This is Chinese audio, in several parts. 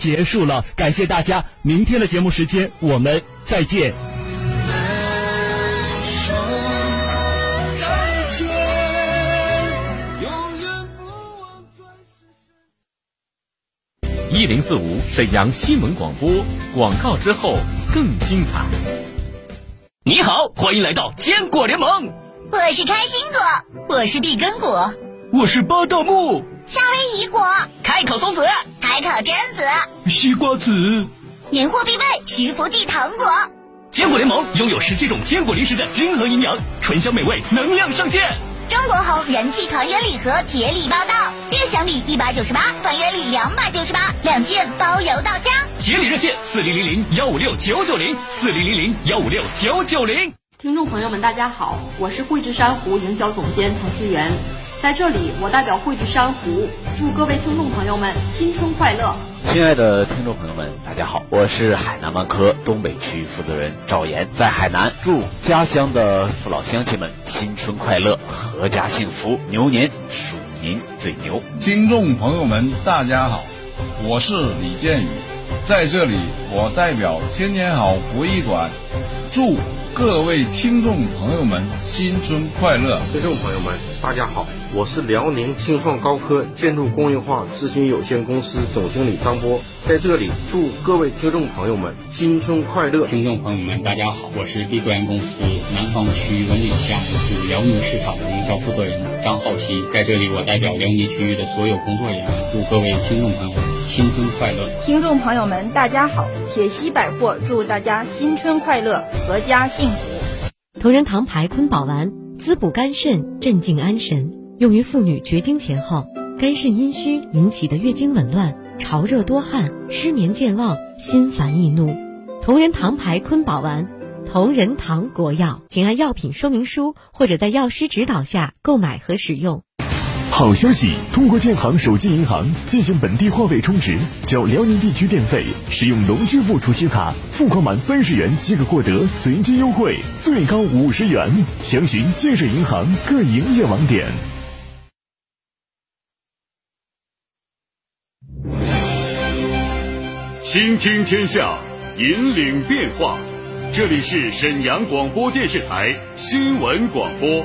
结束了，感谢大家，明天的节目时间我们再见。难受，再见，永远不忘转身。一零四五沈阳新闻广播，广告之后更精彩。你好，欢迎来到坚果联盟，我是开心果，我是碧根果，我是巴道木，夏威夷果，开口松子，海口榛子，西瓜子。年货必备徐福记糖果。坚果联盟拥有十七种坚果零食的均衡营养，醇香美味，能量上限。中国红人气团圆礼盒接力报到，月享礼一百九十八，团圆礼两百九十八，两件包邮到家。节礼热线四零零零幺五六九九零四零零零幺五六九九零。听众朋友们，大家好，我是汇智珊瑚营销总监谭思源，在这里，我代表汇智珊瑚，祝各位听众朋友们新春快乐！亲爱的听众朋友们，大家好，我是海南万科东北区负责人赵岩，在海南祝家乡的父老乡亲们新春快乐，阖家幸福，牛年鼠您最牛。听众朋友们，大家好，我是李建宇，在这里我代表天天好国艺馆，祝各位听众朋友们新春快乐！听众朋友们，大家好，我是辽宁青创高科建筑工业化咨询有限公司总经理张波，在这里祝各位听众朋友们新春快乐。听众朋友们，大家好，我是碧桂园公司南方区文旅项目组辽宁市场的营销负责人张浩熙，在这里我代表辽宁区域的所有工作人员，祝各位听众朋友们新春快乐。听众朋友们，大家好！铁西百货祝大家新春快乐，阖家幸福。同仁堂牌坤宝丸滋补肝肾、镇静安神，用于妇女绝经前后、肝肾阴虚引起的月经紊乱、潮热多汗、失眠健忘、心烦易怒。同仁堂牌坤宝丸，同仁堂国药，请按药品说明书或者在药师指导下购买和使用。好消息！通过建行手机银行进行本地话费充值，缴辽宁地区电费，使用龙支付储蓄卡付款满三十元即可获得随机优惠，最高五十元。详询建设银行各营业网点。倾听天下，引领变化。这里是沈阳广播电视台新闻广播，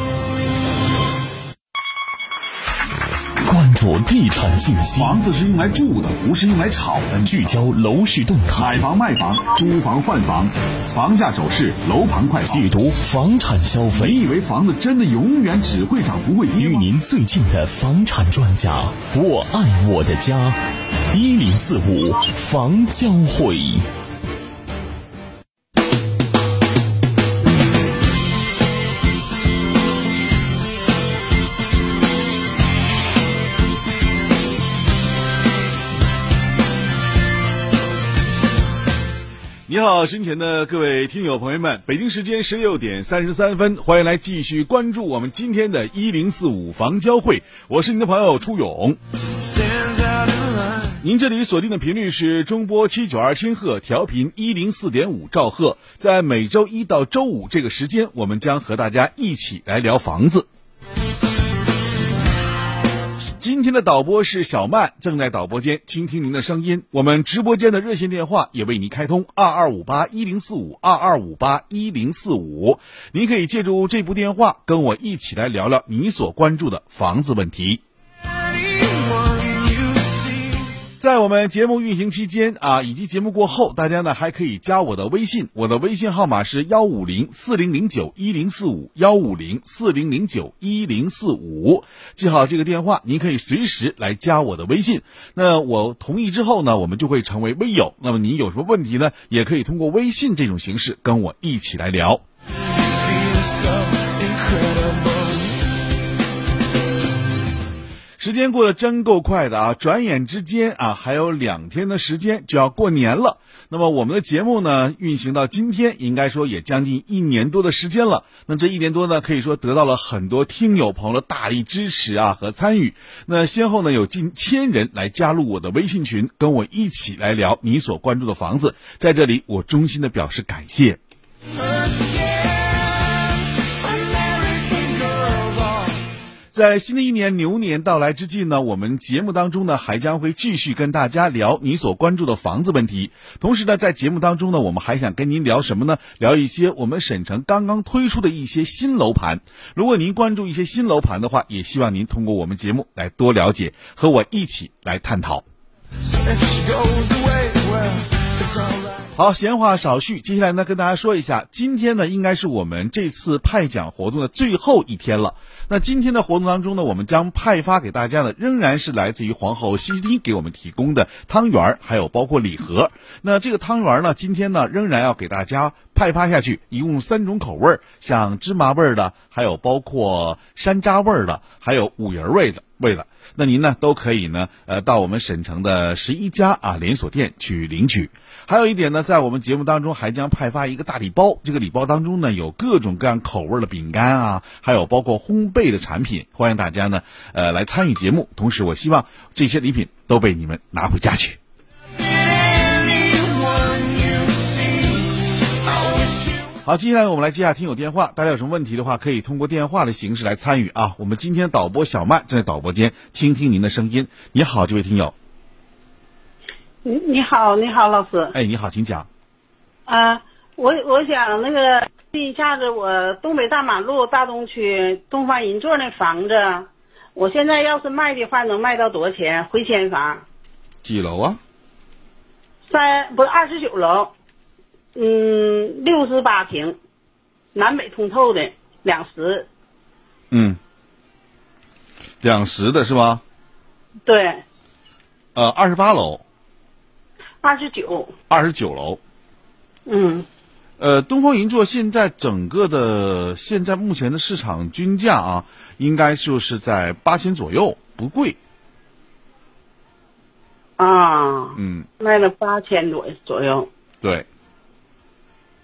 关注地产信息，房子是用来住的，不是用来炒的。聚焦楼市动态，买房、卖房、租房、换房，房价走势，楼盘快报。解读房产消费，你以为房子真的永远只会涨不会跌与吗？您最近的房产专家。我爱我的家，一零四五房交会。你好，身前的各位听友朋友们，北京时间十六点三十三分，欢迎来继续关注我们今天的“一零四五房交会”，我是您的朋友初勇。 Stands out in line. 您这里锁定的频率是中波七九二千赫，调频一零四点五兆赫，在每周一到周五这个时间，我们将和大家一起来聊房子。今天的导播是小曼，正在导播间倾听您的声音。我们直播间的热线电话也为您开通二二五八一零四五二二五八一零四五，您可以借助这部电话跟我一起来聊聊你所关注的房子问题。 Anyone you see. 在我们节目运行期间啊，以及节目过后，大家呢还可以加我的微信，我的微信号码是幺五零四零零九一零四五幺五零四零零九一零四五，记好这个电话，您可以随时来加我的微信。那我同意之后呢，我们就会成为微友。那么您有什么问题呢，也可以通过微信这种形式跟我一起来聊。 Feel so incredible. 时间过得真够快的啊！转眼之间啊，还有两天的时间就要过年了。那么我们的节目呢，运行到今天，应该说也将近一年多的时间了。那这一年多呢，可以说得到了很多听友朋友的大力支持啊和参与。那先后呢，有近千人来加入我的微信群，跟我一起来聊你所关注的房子。在这里，我衷心的表示感谢。在新的一年牛年到来之际呢，我们节目当中呢还将会继续跟大家聊你所关注的房子问题。同时呢，在节目当中呢，我们还想跟您聊什么呢？聊一些我们沈城刚刚推出的一些新楼盘。如果您关注一些新楼盘的话，也希望您通过我们节目来多了解，和我一起来探讨。好，闲话少叙，接下来呢，跟大家说一下，今天呢，应该是我们这次派奖活动的最后一天了。那今天的活动当中呢，我们将派发给大家的仍然是来自于皇后西西汀给我们提供的汤圆儿，还有包括礼盒。那这个汤圆儿呢，今天呢，仍然要给大家派发下去，一共三种口味儿，像芝麻味儿的，还有包括山楂味儿的，还有五仁味的味的。那您呢都可以呢，呃，到我们沈城的十一家啊连锁店去领取。还有一点呢，在我们节目当中还将派发一个大礼包，这个礼包当中呢有各种各样口味的饼干啊，还有包括烘焙的产品，欢迎大家呢呃来参与节目。同时，我希望这些礼品都被你们拿回家去。好，接下来我们来接下听友电话，大家有什么问题的话，可以通过电话的形式来参与啊。我们今天导播小曼正在导播间，倾听您的声音。你好，这位听友，你嗯你好，你好，老师哎，你好，请讲。啊，我我想那个问一下子，我东北大马路大东区东方银座那房子，我现在要是卖的话，能卖到多少钱？回迁房，几楼啊？三不是二十九楼，嗯，六十八平，南北通透的，两室，嗯，两室的是吧？对，呃，二十八楼，二十九，二十九楼。嗯，呃，东方银座现在整个的现在目前的市场均价啊，应该就是在八千左右，不贵。啊，嗯，卖了八千多左右。对，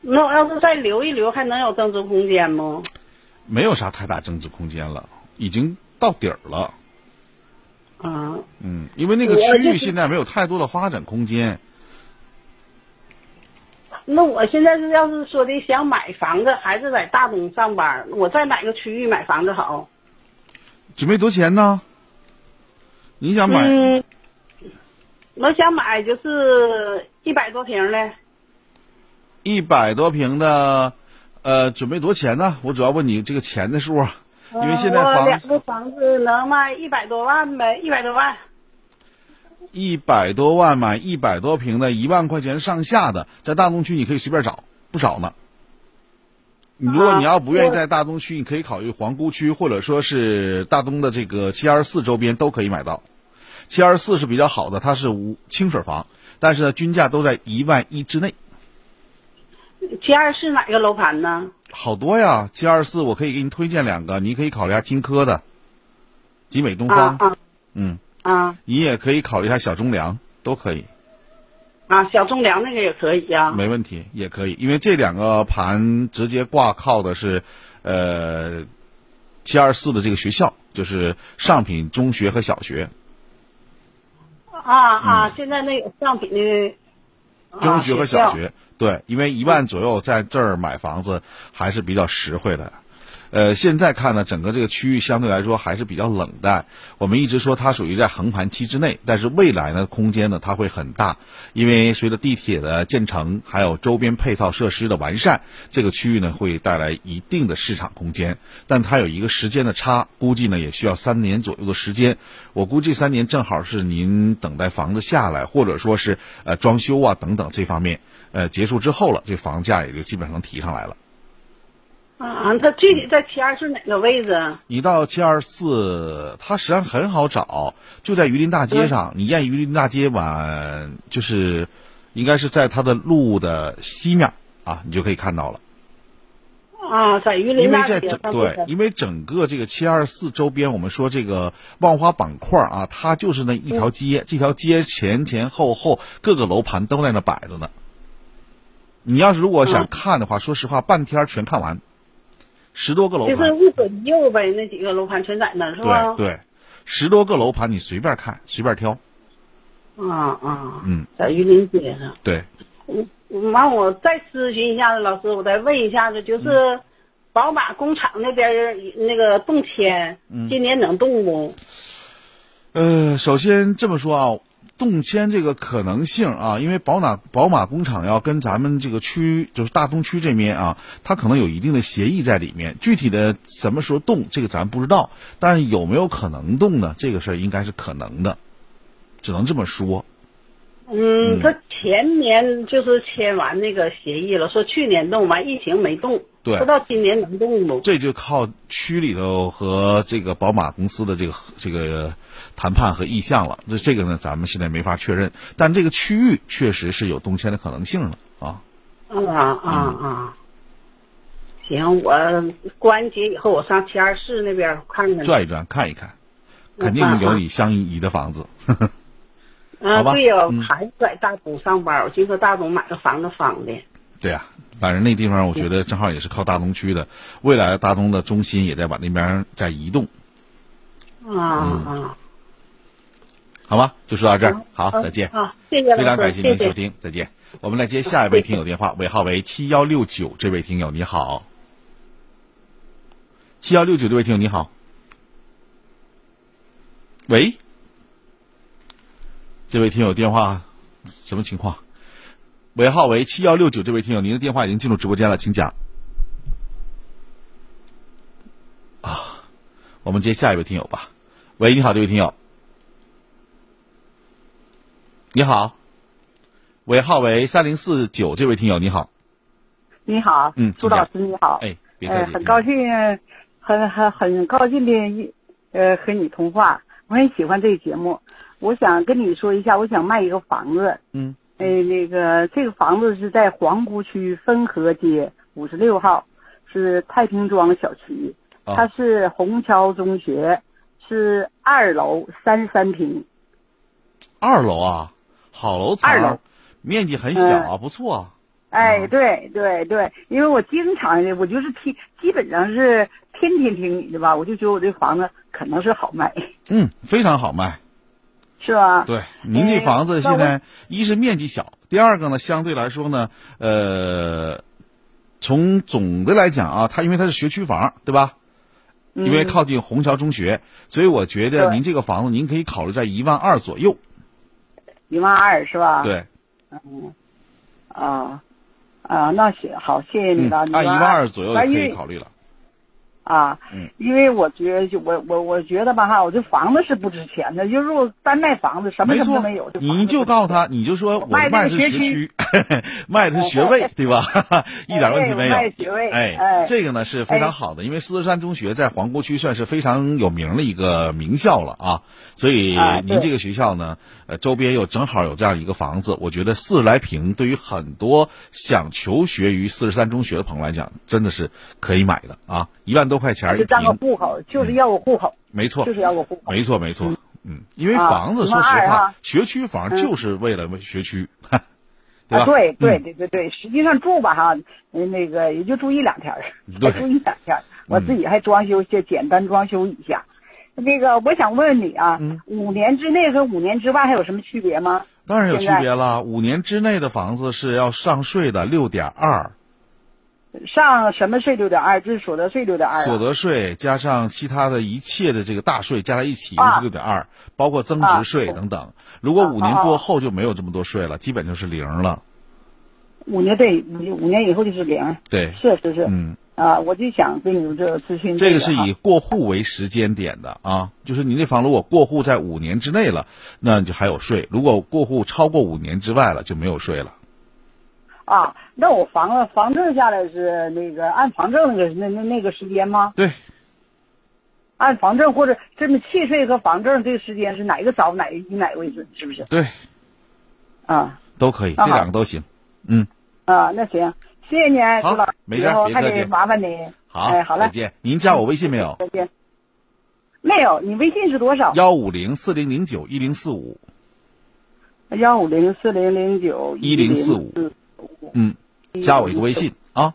那我要是再留一留，还能有增值空间不？没有啥太大增值空间了，已经到底儿了。啊，嗯，因为那个我区就域是现在没有太多的发展空间。那我现在是要是说的想买房子，还是在大东上班，我在哪个区域买房子好？准备多少钱呢？你想买？嗯，我想买就是一百多平的，一百多平的，呃，准备多少钱呢？我主要问你这个钱的数啊，因为现在呃我房两个房子能卖一百多万呗，一百多万。一百多万买一百多平的，一万块钱上下的，在大东区你可以随便找，不少呢。你如果你要不愿意啊我在大东区，你可以考虑皇姑区，或者说是大东的这个七二四周边都可以买到。七二四是比较好的，它是无清水房，但是呢均价都在一万一之内，七二是哪个楼盘呢？好多呀。七二四我可以给你推荐两个，你可以考虑一下金科的，集美东啊方，啊嗯，啊你也可以考虑一下小中粮，都可以。啊！小中粮那个也可以啊呀、没问题，也可以，因为这两个盘直接挂靠的是，呃，七二四的这个学校，就是上品中学和小学，啊。啊啊！现在那有上品的啊嗯中学和小学学。对，因为一万左右在这儿买房子还是比较实惠的。呃，现在看呢，整个这个区域相对来说还是比较冷淡。我们一直说它属于在横盘期之内，但是未来呢，空间呢它会很大，因为随着地铁的建成，还有周边配套设施的完善，这个区域呢会带来一定的市场空间。但它有一个时间的差，估计呢也需要三年左右的时间。我估计三年正好是您等待房子下来，或者说是呃装修啊等等这方面，呃结束之后了，这房价也就基本上能提上来了。啊，它具体在七二是哪个位置啊？你到七二四，它实际上很好找，就在榆林大街上。你沿榆林大街往，就是应该是在它的路的西面啊，你就可以看到了。啊，在榆林因为大在学整上对，因为整个这个七二四周边，我们说这个万华板块啊，它就是那一嗯条街，这条街前前后后各个楼盘都在那摆着呢。你要是如果嗯想看的话，说实话，半天儿全看完，十多个楼就是盘，一左一右呗，那几个楼盘全在那儿是吧？对对，十多个楼盘你随便看，随便挑，啊啊，嗯，在榆林街上。对，嗯，完我再咨询一下子老师，我再问一下子，嗯就是宝马工厂那边儿那个动迁，嗯今年能动不？呃，首先这么说啊，动迁这个可能性啊，因为宝马宝马工厂要跟咱们这个区，就是大东区这边啊，它可能有一定的协议在里面。具体的什么时候动，这个咱不知道，但是有没有可能动呢？这个事儿应该是可能的，只能这么说。嗯，他前年就是签完那个协议了，说去年动完，疫情没动，不对知道今年能动不？这就靠区里头和这个宝马公司的这个这个谈判和意向了。这这个呢，咱们现在没法确认，但这个区域确实是有动迁的可能性了啊。啊啊嗯啊！行，我过完节以后，我上七二四那边儿看看去。转一转看一看，肯定有你相宜的房子。 呵呵好嗯，吧对呀、我孩子在大东上班，我就说大东买个房子方便。对呀、反正那地方我觉得正好也是靠大东区的，未来大东的中心也在往那边在移动，啊、啊！好吧？就说到这儿，嗯好，再见。好，啊谢谢老师，非常感谢谢您谢收听，再见。我们来接下一位听友电话，尾号为七幺六九，这位听友你好。七幺六九，这位听友你好。喂，这位听友电话什么情况？尾号为七幺六九，这位听友您的电话已经进入直播间了，请讲。啊，啊我们接下一位听友吧。喂，你好，这位听友。你好，尾号为三零四九，这位听友你好，你好，嗯朱老师你好，哎，别客呃，气，很高兴，很很很高兴的，呃，和你通话，我很喜欢这个节目，我想跟你说一下，我想卖一个房子，嗯，呃，那个这个房子是在皇姑区汾河街五十六号，是太平庄小区，哦它是虹桥中学，是二楼三十三平，二楼啊，好楼层，二楼嗯面积很小啊，不错啊，哎，对对对，因为我经常的，我就是听，基本上是天天听你的吧，我就觉得我这房子可能是好卖， 嗯，非常好卖。是吧？对，您这哎房子那现我在一是面积小，第二个呢，相对来说呢，呃，从总的来讲啊，它因为它是学区房，对吧？因为嗯靠近虹桥中学，所以我觉得对您这个房子您可以考虑在一万二左右。一万二是吧？，对，嗯，啊啊，那行，好，谢谢你嗯，了，按一万二左右完就可因以为考虑了。啊，嗯因为我觉得就我我我觉得吧哈，我这房子是不值钱的，就是我单卖房子什么没什么错都没有，，就你就告诉他，你就说我卖卖这的个是学学区哎区， 卖的是学位，对吧？ 一点问题没有。哎我卖学位哎哎，这个呢是非常好的，因为狮子山中学在皇姑区算是非常有名的一个名校了啊，所以啊对您这个学校呢，呃，周边又正好有这样一个房子，我觉得四十来平对于很多想求学于四十三中学的朋友来讲，真的是可以买的啊，一万多块钱儿一就当个平，户口，就是要个户口，嗯没错，就是要个户口。没错，没错。嗯，因为啊房子，一说万实二话哈，学区房嗯就是为了为学区，对吧？啊，对对嗯对对对，实际上住吧哈，呃那个也就住一两天儿，嗯 对还住一两天儿，我自己还装修一些，简单装修一下。那个，我想问问你啊，五年之内和五年之外还有什么区别吗？嗯当然有区现在别了。五年之内的房子是要上税的，六点二上什么税六点二，就是所得税六点二。啊所得税加上其他的一切的这个大税加在一起又啊是六点二，包括增值税等等。如果五年啊过后就没有这么多税了，基本就是零了。五年对，五年五年以后就是零。对，是是是。嗯。啊，我就想跟你这咨询这个个是哈以过户为时间点的啊，就是您这房如果过户在五年之内了，那你就还有税；如果过户超过五年之外了，就没有税了。啊，那我房子房证下来是那个按房证那个那那那个时间吗？对。按房证或者这么契税和房证这个时间是哪一个早哪一哪个为准，是不是？对，啊都可以，那这好两个都行。啊，那行，谢谢您，好朱老师，没事儿以后别还客得气麻烦您。好，哎，好嘞，再见。您加我微信没有？再见。没有，你微信是多少？幺五零四零零九一零四五幺五零四零零九一零四五，嗯，加我一个微信啊。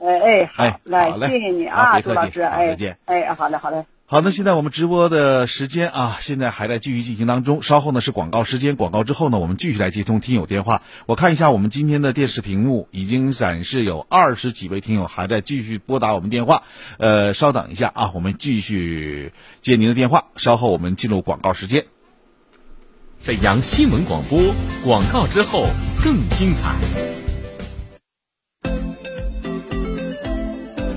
哎哎，好哎来，好嘞谢谢你好啊，别朱客老气师，好哎，再见哎，好嘞，好嘞。好，那现在我们直播的时间啊，现在还在继续进行当中。稍后呢是广告时间，广告之后呢，我们继续来接通听友电话。我看一下我们今天的电视屏幕，已经展示有二十几位听友还在继续拨打我们电话。呃，稍等一下啊，我们继续接您的电话。稍后我们进入广告时间。沈阳新闻广播广告之后更精彩。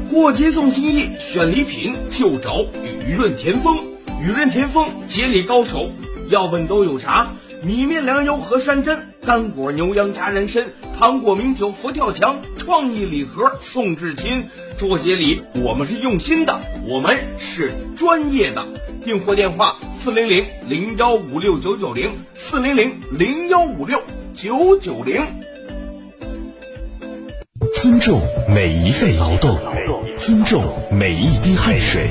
过节送心意，选礼品就找雨润田丰。雨润田丰节礼高手，要问都有啥？米面粮油和山珍，干果牛羊加人参，糖果名酒佛跳墙，创意礼盒送至亲。做节礼，我们是用心的，我们是专业的。订货电话：四零零零幺五六九九零，四零零零幺五六九九零。尊重每一份劳动，尊重每一滴汗水。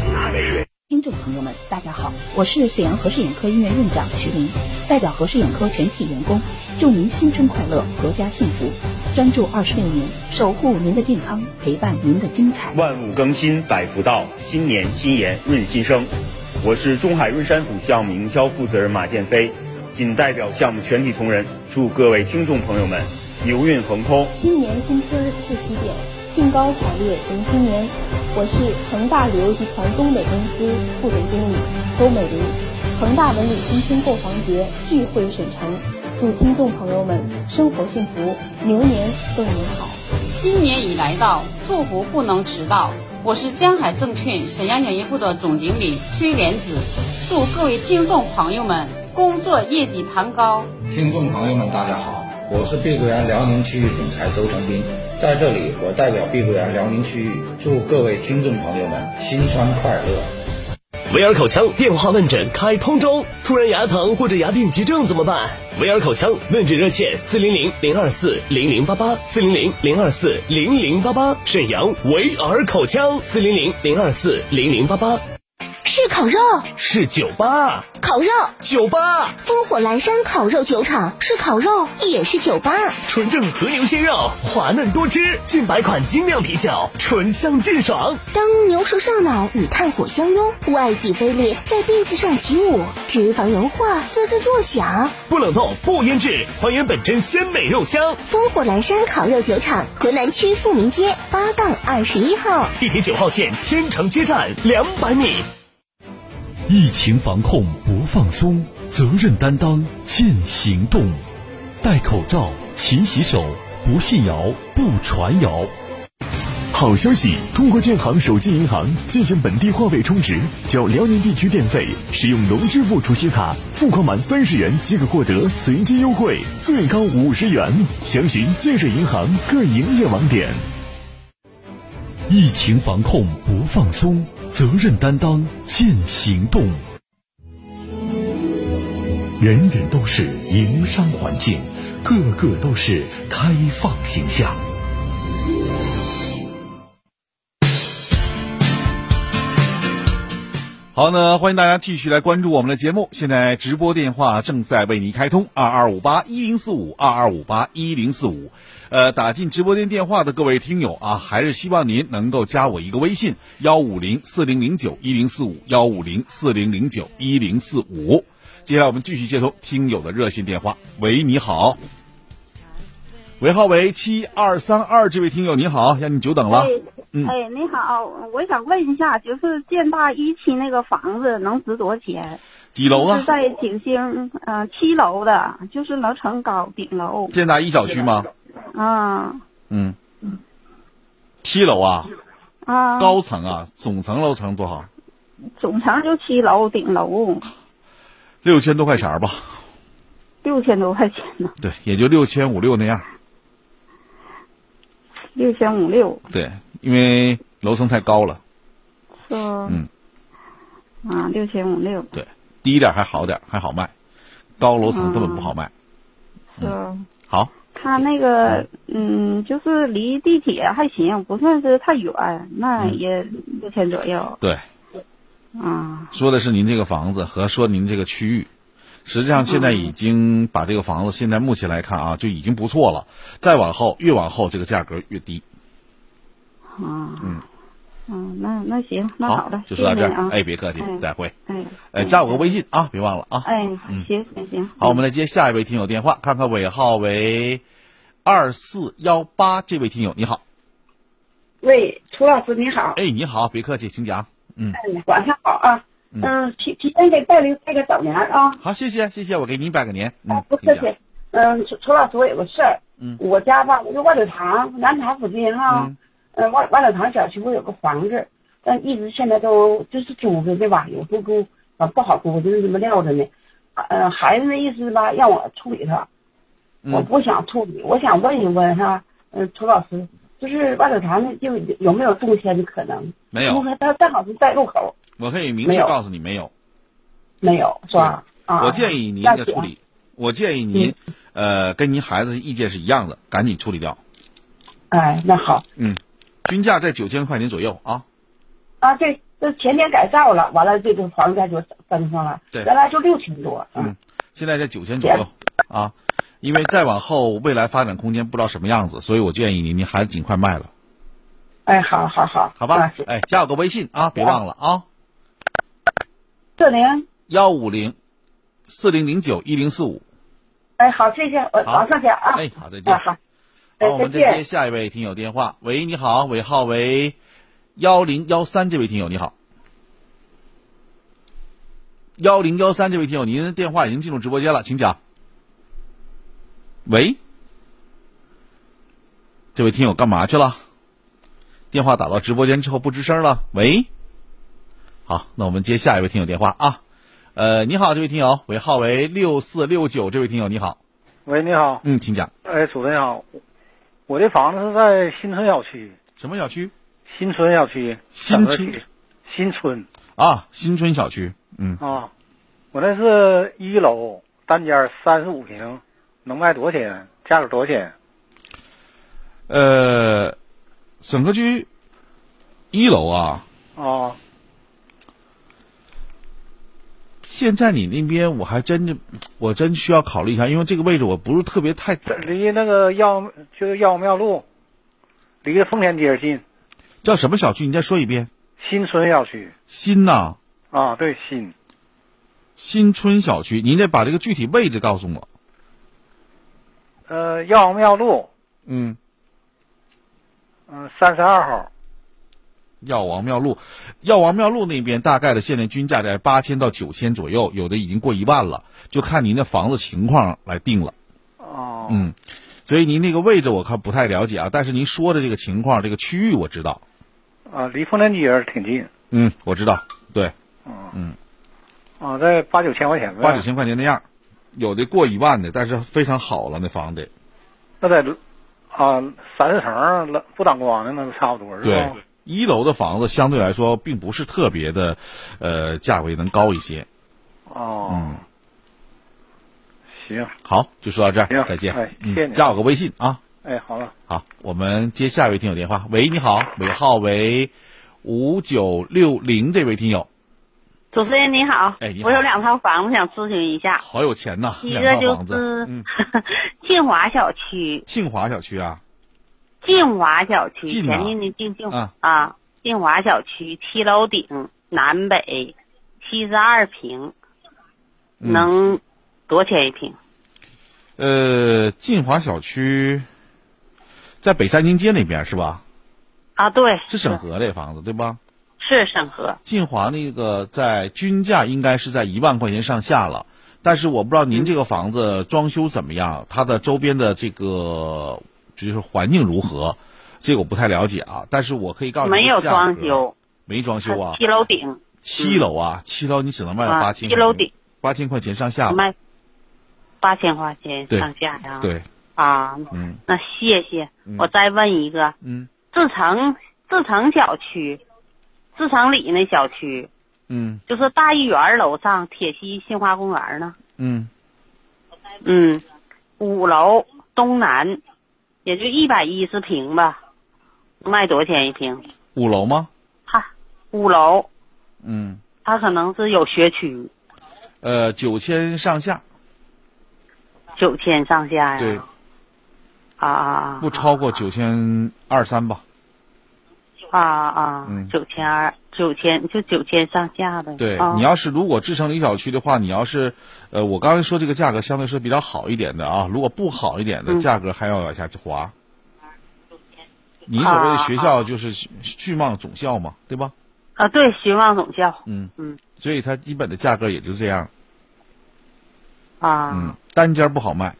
听众朋友们，大家好，我是沈阳和氏眼科医院院长徐明，代表和氏眼科全体员工，祝您新春快乐，阖家幸福，专注二十六年，守护您的健康，陪伴您的精彩。万物更新，百福到，新年新颜润新生。我是中海润山府项目营销负责人马建飞，谨代表项目全体同仁，祝各位听众朋友们牛运亨通。新年新春是起点，兴高采烈迎新年。我是恒大旅游集团东北公司副总经理周美玲。恒大文旅新春购房节聚会沈城，祝听众朋友们生活幸福，牛年更美好。新年已来到，祝福不能迟到。我是江海证券沈阳营业部的总经理崔莲子，祝各位听众朋友们工作业绩盘高。听众朋友们，大家好，我是碧桂园辽宁区域总裁周成斌，在这里，我代表碧桂园辽宁区域，祝各位听众朋友们新春快乐。维尔口腔电话问诊开通中，突然牙疼或者牙病急症怎么办？维尔口腔问诊热线四零零零二四零零八八四零零零二四零零八八，沈阳维尔口腔四零零零二四零零八八是烤肉，是酒吧。烤肉酒吧，烽火阑珊烤肉酒厂是烤肉也是酒吧。纯正和牛鲜肉，滑嫩多汁，近百款精酿啤酒，醇香劲爽。当牛舌上脑与炭火相拥，外脊飞裂在篦子上起舞，脂肪融化，滋滋作响。不冷冻，哦不腌制，还原本真鲜美肉香。烽火阑珊烤肉酒厂，河南区富民街八杠二十一号。地铁九号线天成街站两百米。疫情防控不放松，责任担当见行动。戴口罩，勤洗手，不信谣，不传谣。好消息！通过建行手机银行进行本地话费充值，交辽宁地区电费，使用农支付储蓄卡，付款满三十元即可获得随机优惠，最高五十元。详询建设银行各营业网点。疫情防控不放松，责任担当见行动。人人都是营商环境，个个都是开放形象。好呢，欢迎大家继续来关注我们的节目。现在直播电话正在为您开通，二二五八一零四五，二二五八一零四五。呃，打进直播间电话的各位听友啊，还是希望您能够加我一个微信：幺五零四零零九一零四五，幺五零四零零九一零四五。接下来我们继续接通听友的热线电话。喂，你好，尾号为七二三二，这位听友你好，让你久等了。嗯哎，你好，我想问一下，就是建大一期那个房子能值多少钱？几楼啊是在景星，嗯、七楼的，就是楼层高，顶楼。建大一小区吗？嗯嗯，七楼啊。啊，高层啊，总层楼层多少？总层就七楼，顶楼六千多块钱儿吧，六千多块钱呢，对，也就六千五六那样。六千五六对，因为楼层太高了，是吧？嗯，啊，六千五六对，低一点还好点儿，还好卖，高楼层根本不好卖。是吧？嗯好，嗯他那个，嗯，就是离地铁还行，不算是太远，那嗯也六千左右对，啊。说的是您这个房子和说您这个区域，实际上现在已经把这个房子现在目前来看啊，就已经不错了。再往后越往后这个价格越低。啊，嗯，嗯，那那行，那好了，就说到这谢谢你儿。啊、哎，别客气，再会。哎，呃，加我个微信啊，别忘了啊。哎，嗯行行行，好，我们来接下一位听友电话，看看尾号为二四幺八这位听友，你好。喂，涂老师你好，哎，你好，别客气，请讲。嗯，嗯，晚上好啊，嗯嗯，提提前给拜了拜个早年啊，好，谢谢谢谢，我给您拜个年。嗯，不客气，嗯，涂涂老师我有个事儿，嗯我家吧，我就万柳塘南塔附近哈，嗯，万万柳塘小区我有个房子，但一直现在都就是租着对吧，有时候租啊不好租，就是这么撂着呢，呃，孩子的意思吧，让我处理他，嗯我不想处理，我想问一问哈，嗯，涂老师，就是万柳塘就有有没有中签的可能？没有，他他正好是在路口，我可以明确告诉你，没有。没有是吧？啊，我建议您那的行处理，我建议您，嗯呃，跟您孩子意见是一样的，赶紧处理掉。哎，那好，嗯，均价在九千块钱左右啊。啊，对，这前年改造了，完了这个房价就登上了，对原来就六千多，嗯，现在在九千左右啊，因为再往后未来发展空间不知道什么样子，所以我建议您，您还是尽快卖了，哎，好好好，好吧？哎，加我个微信啊，别忘了啊，四零，幺五零四零零九一零四五。哎，好，谢谢，我好早上去啊，哎，好，再见。好，好，哎我们再见再接下一位听友电话。喂，你好，尾号为幺零幺三，这位听友你好。幺零幺三，这位听友，您的电话已经进入直播间了，请讲。喂，这位听友干嘛去了？电话打到直播间之后不吱声了。喂，好，那我们接下一位听友电话啊。呃，你好，这位听友，尾号为六四六九，这位听友你好，喂，你好，嗯，请讲。哎，主任好，我这房子是在新村小区。什么小区？新村小区。新哪个村区。新村啊，新村小区，嗯，啊，我那是一楼单间三十五平，能卖多少钱？价格多少钱？呃，沈河区一楼啊，啊，现在你那边我还真的，嗯我真需要考虑一下，因为这个位置我不是特别太懂，离那个药就是药王庙路，离奉天街近。叫什么小区？你再说一遍。新村小区新呐、啊，对，新新村小区，您得把这个具体位置告诉我。呃药王庙路，嗯，嗯、三十二号。药王庙路，药王庙路那边大概的现在均价在八千到九千左右，有的已经过一万了，就看您的房子情况来定了。哦，嗯，所以您那个位置我看不太了解啊，但是您说的这个情况，这个区域我知道。啊，离奉天街挺近。嗯，我知道，对，啊嗯，啊，在八九千块钱呗。八九千块钱那样，有的过一万的，但是非常好了那房子。那在啊三四层了不挡光的那都差不多是对吧？，一楼的房子相对来说并不是特别的，呃，价位能高一些。哦，嗯，行，好，就说到这儿，再哎见。谢谢嗯，你加我个微信啊。哎，好了，好，我们接下一位听友电话。喂，你好，尾号为五九六零这位听友，主持人你好，哎你好我有两套房子想咨询一下，好有钱呐，一两个套就房子。是、晋华小区，庆华小区啊，晋华小区，晋前啊进的晋晋啊啊，晋华小区七楼顶南北七十二平，嗯能多少钱一平？呃，晋华小区在北三清街那边是吧？啊，对，是沈河这房子对吧？是沈河，晋华那个在均价应该是在一万块钱上下了，但是我不知道您这个房子装修怎么样，它的周边的这个就是环境如何，这个我不太了解啊。但是我可以告诉你，没有装，修，没装修啊，七楼顶七楼啊，七楼你只能卖到啊八千，七楼顶八千块钱上下吧，卖八千块钱对上下呀、对，啊，嗯那谢谢嗯。我再问一个，嗯自成自成小区，自成里那小区，嗯就是大一园楼上铁西新华公园呢，嗯嗯，五楼东南，也就一百一十平吧，卖多少钱一平？五楼吗？五楼，嗯，它可能是有学区，呃，九千上下，九千上下呀。对，嗯啊啊不超过九千二三吧。啊啊啊嗯！九千二，九千就九千上下呗。对，啊你要是如果置身离小区的话，你要是呃，我刚才说这个价格相对是比较好一点的啊，如果不好一嗯点的价格还要往下滑。你所谓的学校就是旭旭茂总校嘛，对吧？啊，对，徐望总校嗯嗯，所以它基本的价格也就这样，啊，嗯，单间不好卖，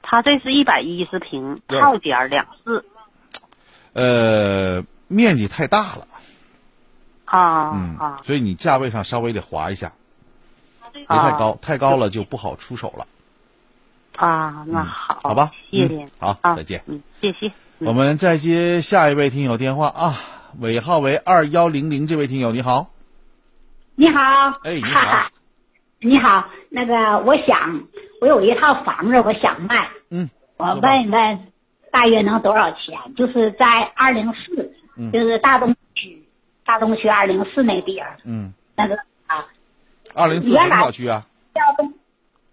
它这是一百一十平，对套间儿两室呃，面积太大了，啊、嗯啊，所以你价位上稍微得滑一下，别太高，太高了就不好出手了，啊，嗯那好，好吧？谢嗯谢，好，再见。嗯，谢谢。我们再接下一位听友电话啊，尾号为二幺零零这位听友，你好，你好，哎，你好，你好，那个我想我有一套房子，我想卖，嗯，我问问大约能多少钱？就是在二零四，嗯就是大东区，大东区二零四那地儿，嗯，那个啊，二零四原什么来小区啊？叫东，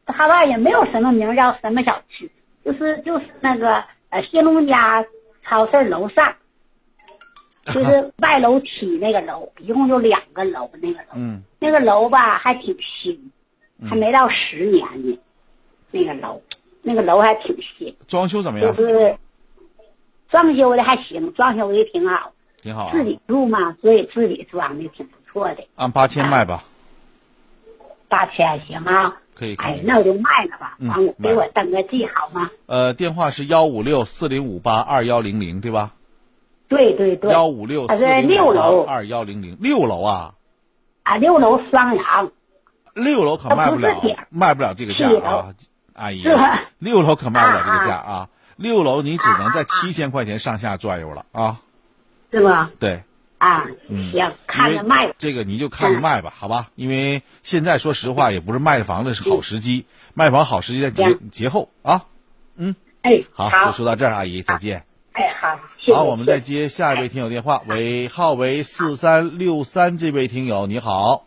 他吧也没有什么名叫什么小区，就是就是那个呃新农家超市楼上， 就是外楼梯那个楼，一共有两个楼那个楼。嗯那个楼吧还挺新，还没到十年呢。那个楼，那个楼还挺新，装修怎么就样？是装修的还行，装修的挺好。挺好啊自，己住嘛，所以自己装的挺不错的，按八千卖吧，哎八千行啊。可以。可哎以，那我就卖了吧，嗯完我卖给我登个记好吗？呃，电话是幺五六四零五八二幺零零，对吧？对对对，幺五六它四是零六五八楼二幺零零，六楼啊，啊，六楼双阳，六楼可卖不它了啊不是顶儿，卖不了这个价是的啊，阿姨是吧，六楼可卖不了这个价啊，六楼你只能在七千块钱上下转悠了啊，是吧？对。啊，嗯行，看因着为卖吧。这个你就看着卖吧，好吧？因为现在说实话也不是卖房的是好时机，嗯卖房好时机在节节后啊。嗯，哎，好，好就说到这儿，阿姨再见。哎，好，谢谢。好，我们再接下一位听友电话，尾号为四三六三这位听友，你好，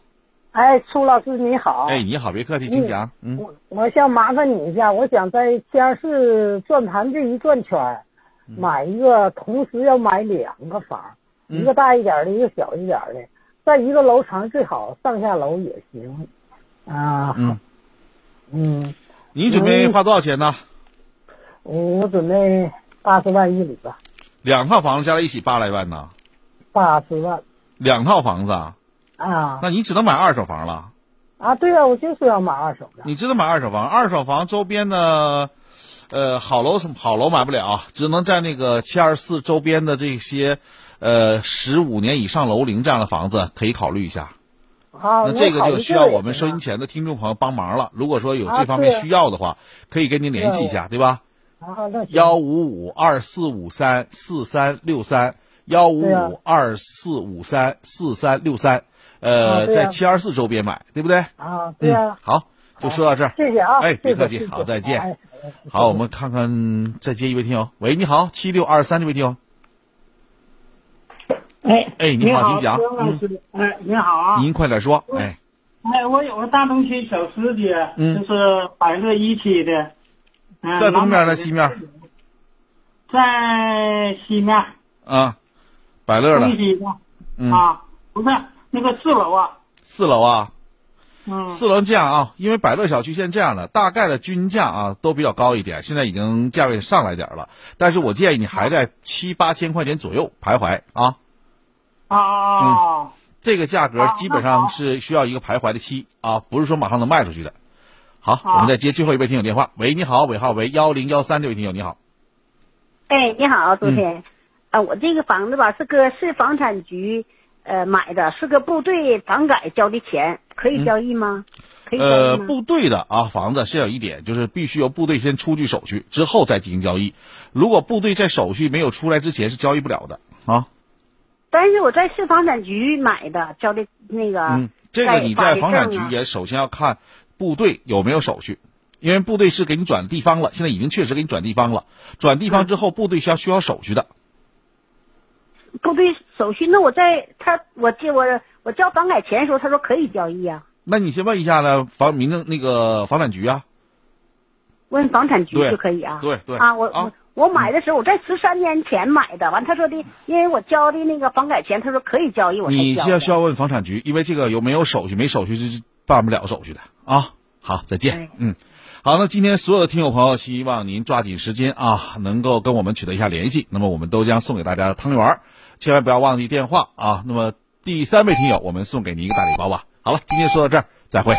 哎，朱老师你好。哎，你好，别客气，请讲。嗯，我想麻烦你一下，我想在佳市转盘这一转圈儿，买一个，同时要买两个房，嗯一个大一点儿的，一个小一点儿的，在一个楼层最好，上下楼也行。啊，嗯嗯，你准备花多少钱呢？我嗯我准备八十万一里吧，两套房子加在一起八来万呢，八十万两套房子，啊，啊那你只能买二手房了。啊，对啊，我就是要买二手的，你只能买二手房，二手房周边的，呃，好楼好楼买不了，啊只能在那个七二四周边的这些，呃，十五年以上楼龄这样的房子可以考虑一下。啊，那这我个考就虑需要个我们也收行音前的听众朋友帮忙了。如果说有啊这方面对需要的话，可以跟您联系一下，对吧？啊，那行幺五五二四五三四三六三，幺五对啊五二四五三四三六三，啊呃，对啊在七二四周边买，对不对？啊，对嗯啊，，好，就说到这儿。谢谢啊，哎，别谢谢客气，谢谢好，再哎见。好，我们看看再接一位听友，喂，你好，七六二三这位听友，哎哎你你好请讲嗯刘老师，哎，你好啊，您快点说，嗯哎，哎，我有个大东区小吃街，嗯就是百乐一期的，嗯在东面老儿在板西面儿在西面儿，啊，百乐东的，西的、嗯，啊，不是那个四楼啊，四楼啊，嗯，四楼这样啊，因为百乐小区现在这样了，大概的均价啊都比较高一点，现在已经价位上来点儿了，但是我建议你还在七八千块钱左右徘徊啊，嗯啊，这个价格基本上是需要一个徘徊的期啊，不是说马上能卖出去的。好，我们再接最后一位听友电话，喂，你好，尾号为幺零幺三这位听友，你好，哎，你嗯好，主持人。啊，我这个房子吧是搁市房产局呃买的，是搁部队房改交的钱，可以交易吗？可哎以交易嗯呃，吗？部队的啊房子是有一点，就是必须由部队先出具手续，之后再进行交易。如果部队在手续没有出来之前是交易不了的啊。但是我在市房产局买的，交的那个。啊嗯，这个你在盖房产局房的证啊也首先要看部队有没有手续，因为部队是给你转地方了，现在已经确实给你转地方了。转地方之后，部队需要需要手续的。部队手续，那我在他我记我我交房改钱的时候，他说可以交易啊，那你先问一下呢，房民政那个房产局啊，问房产局对就可以啊。对对啊，我我我买的时候，我在十三年前买的，完他说的，因为我交的那个房改钱，他说可以交易，我才你交现的在。需要问房产局，因为这个有没有手续，没手续是办不了手续的啊。好，再见。嗯，好，那今天所有的听友朋友，希望您抓紧时间啊，能够跟我们取得一下联系。那么我们都将送给大家汤圆儿，千万不要忘记电话啊。那么第三位听友，我们送给您一个大礼包吧。好了，今天说到这儿，再会。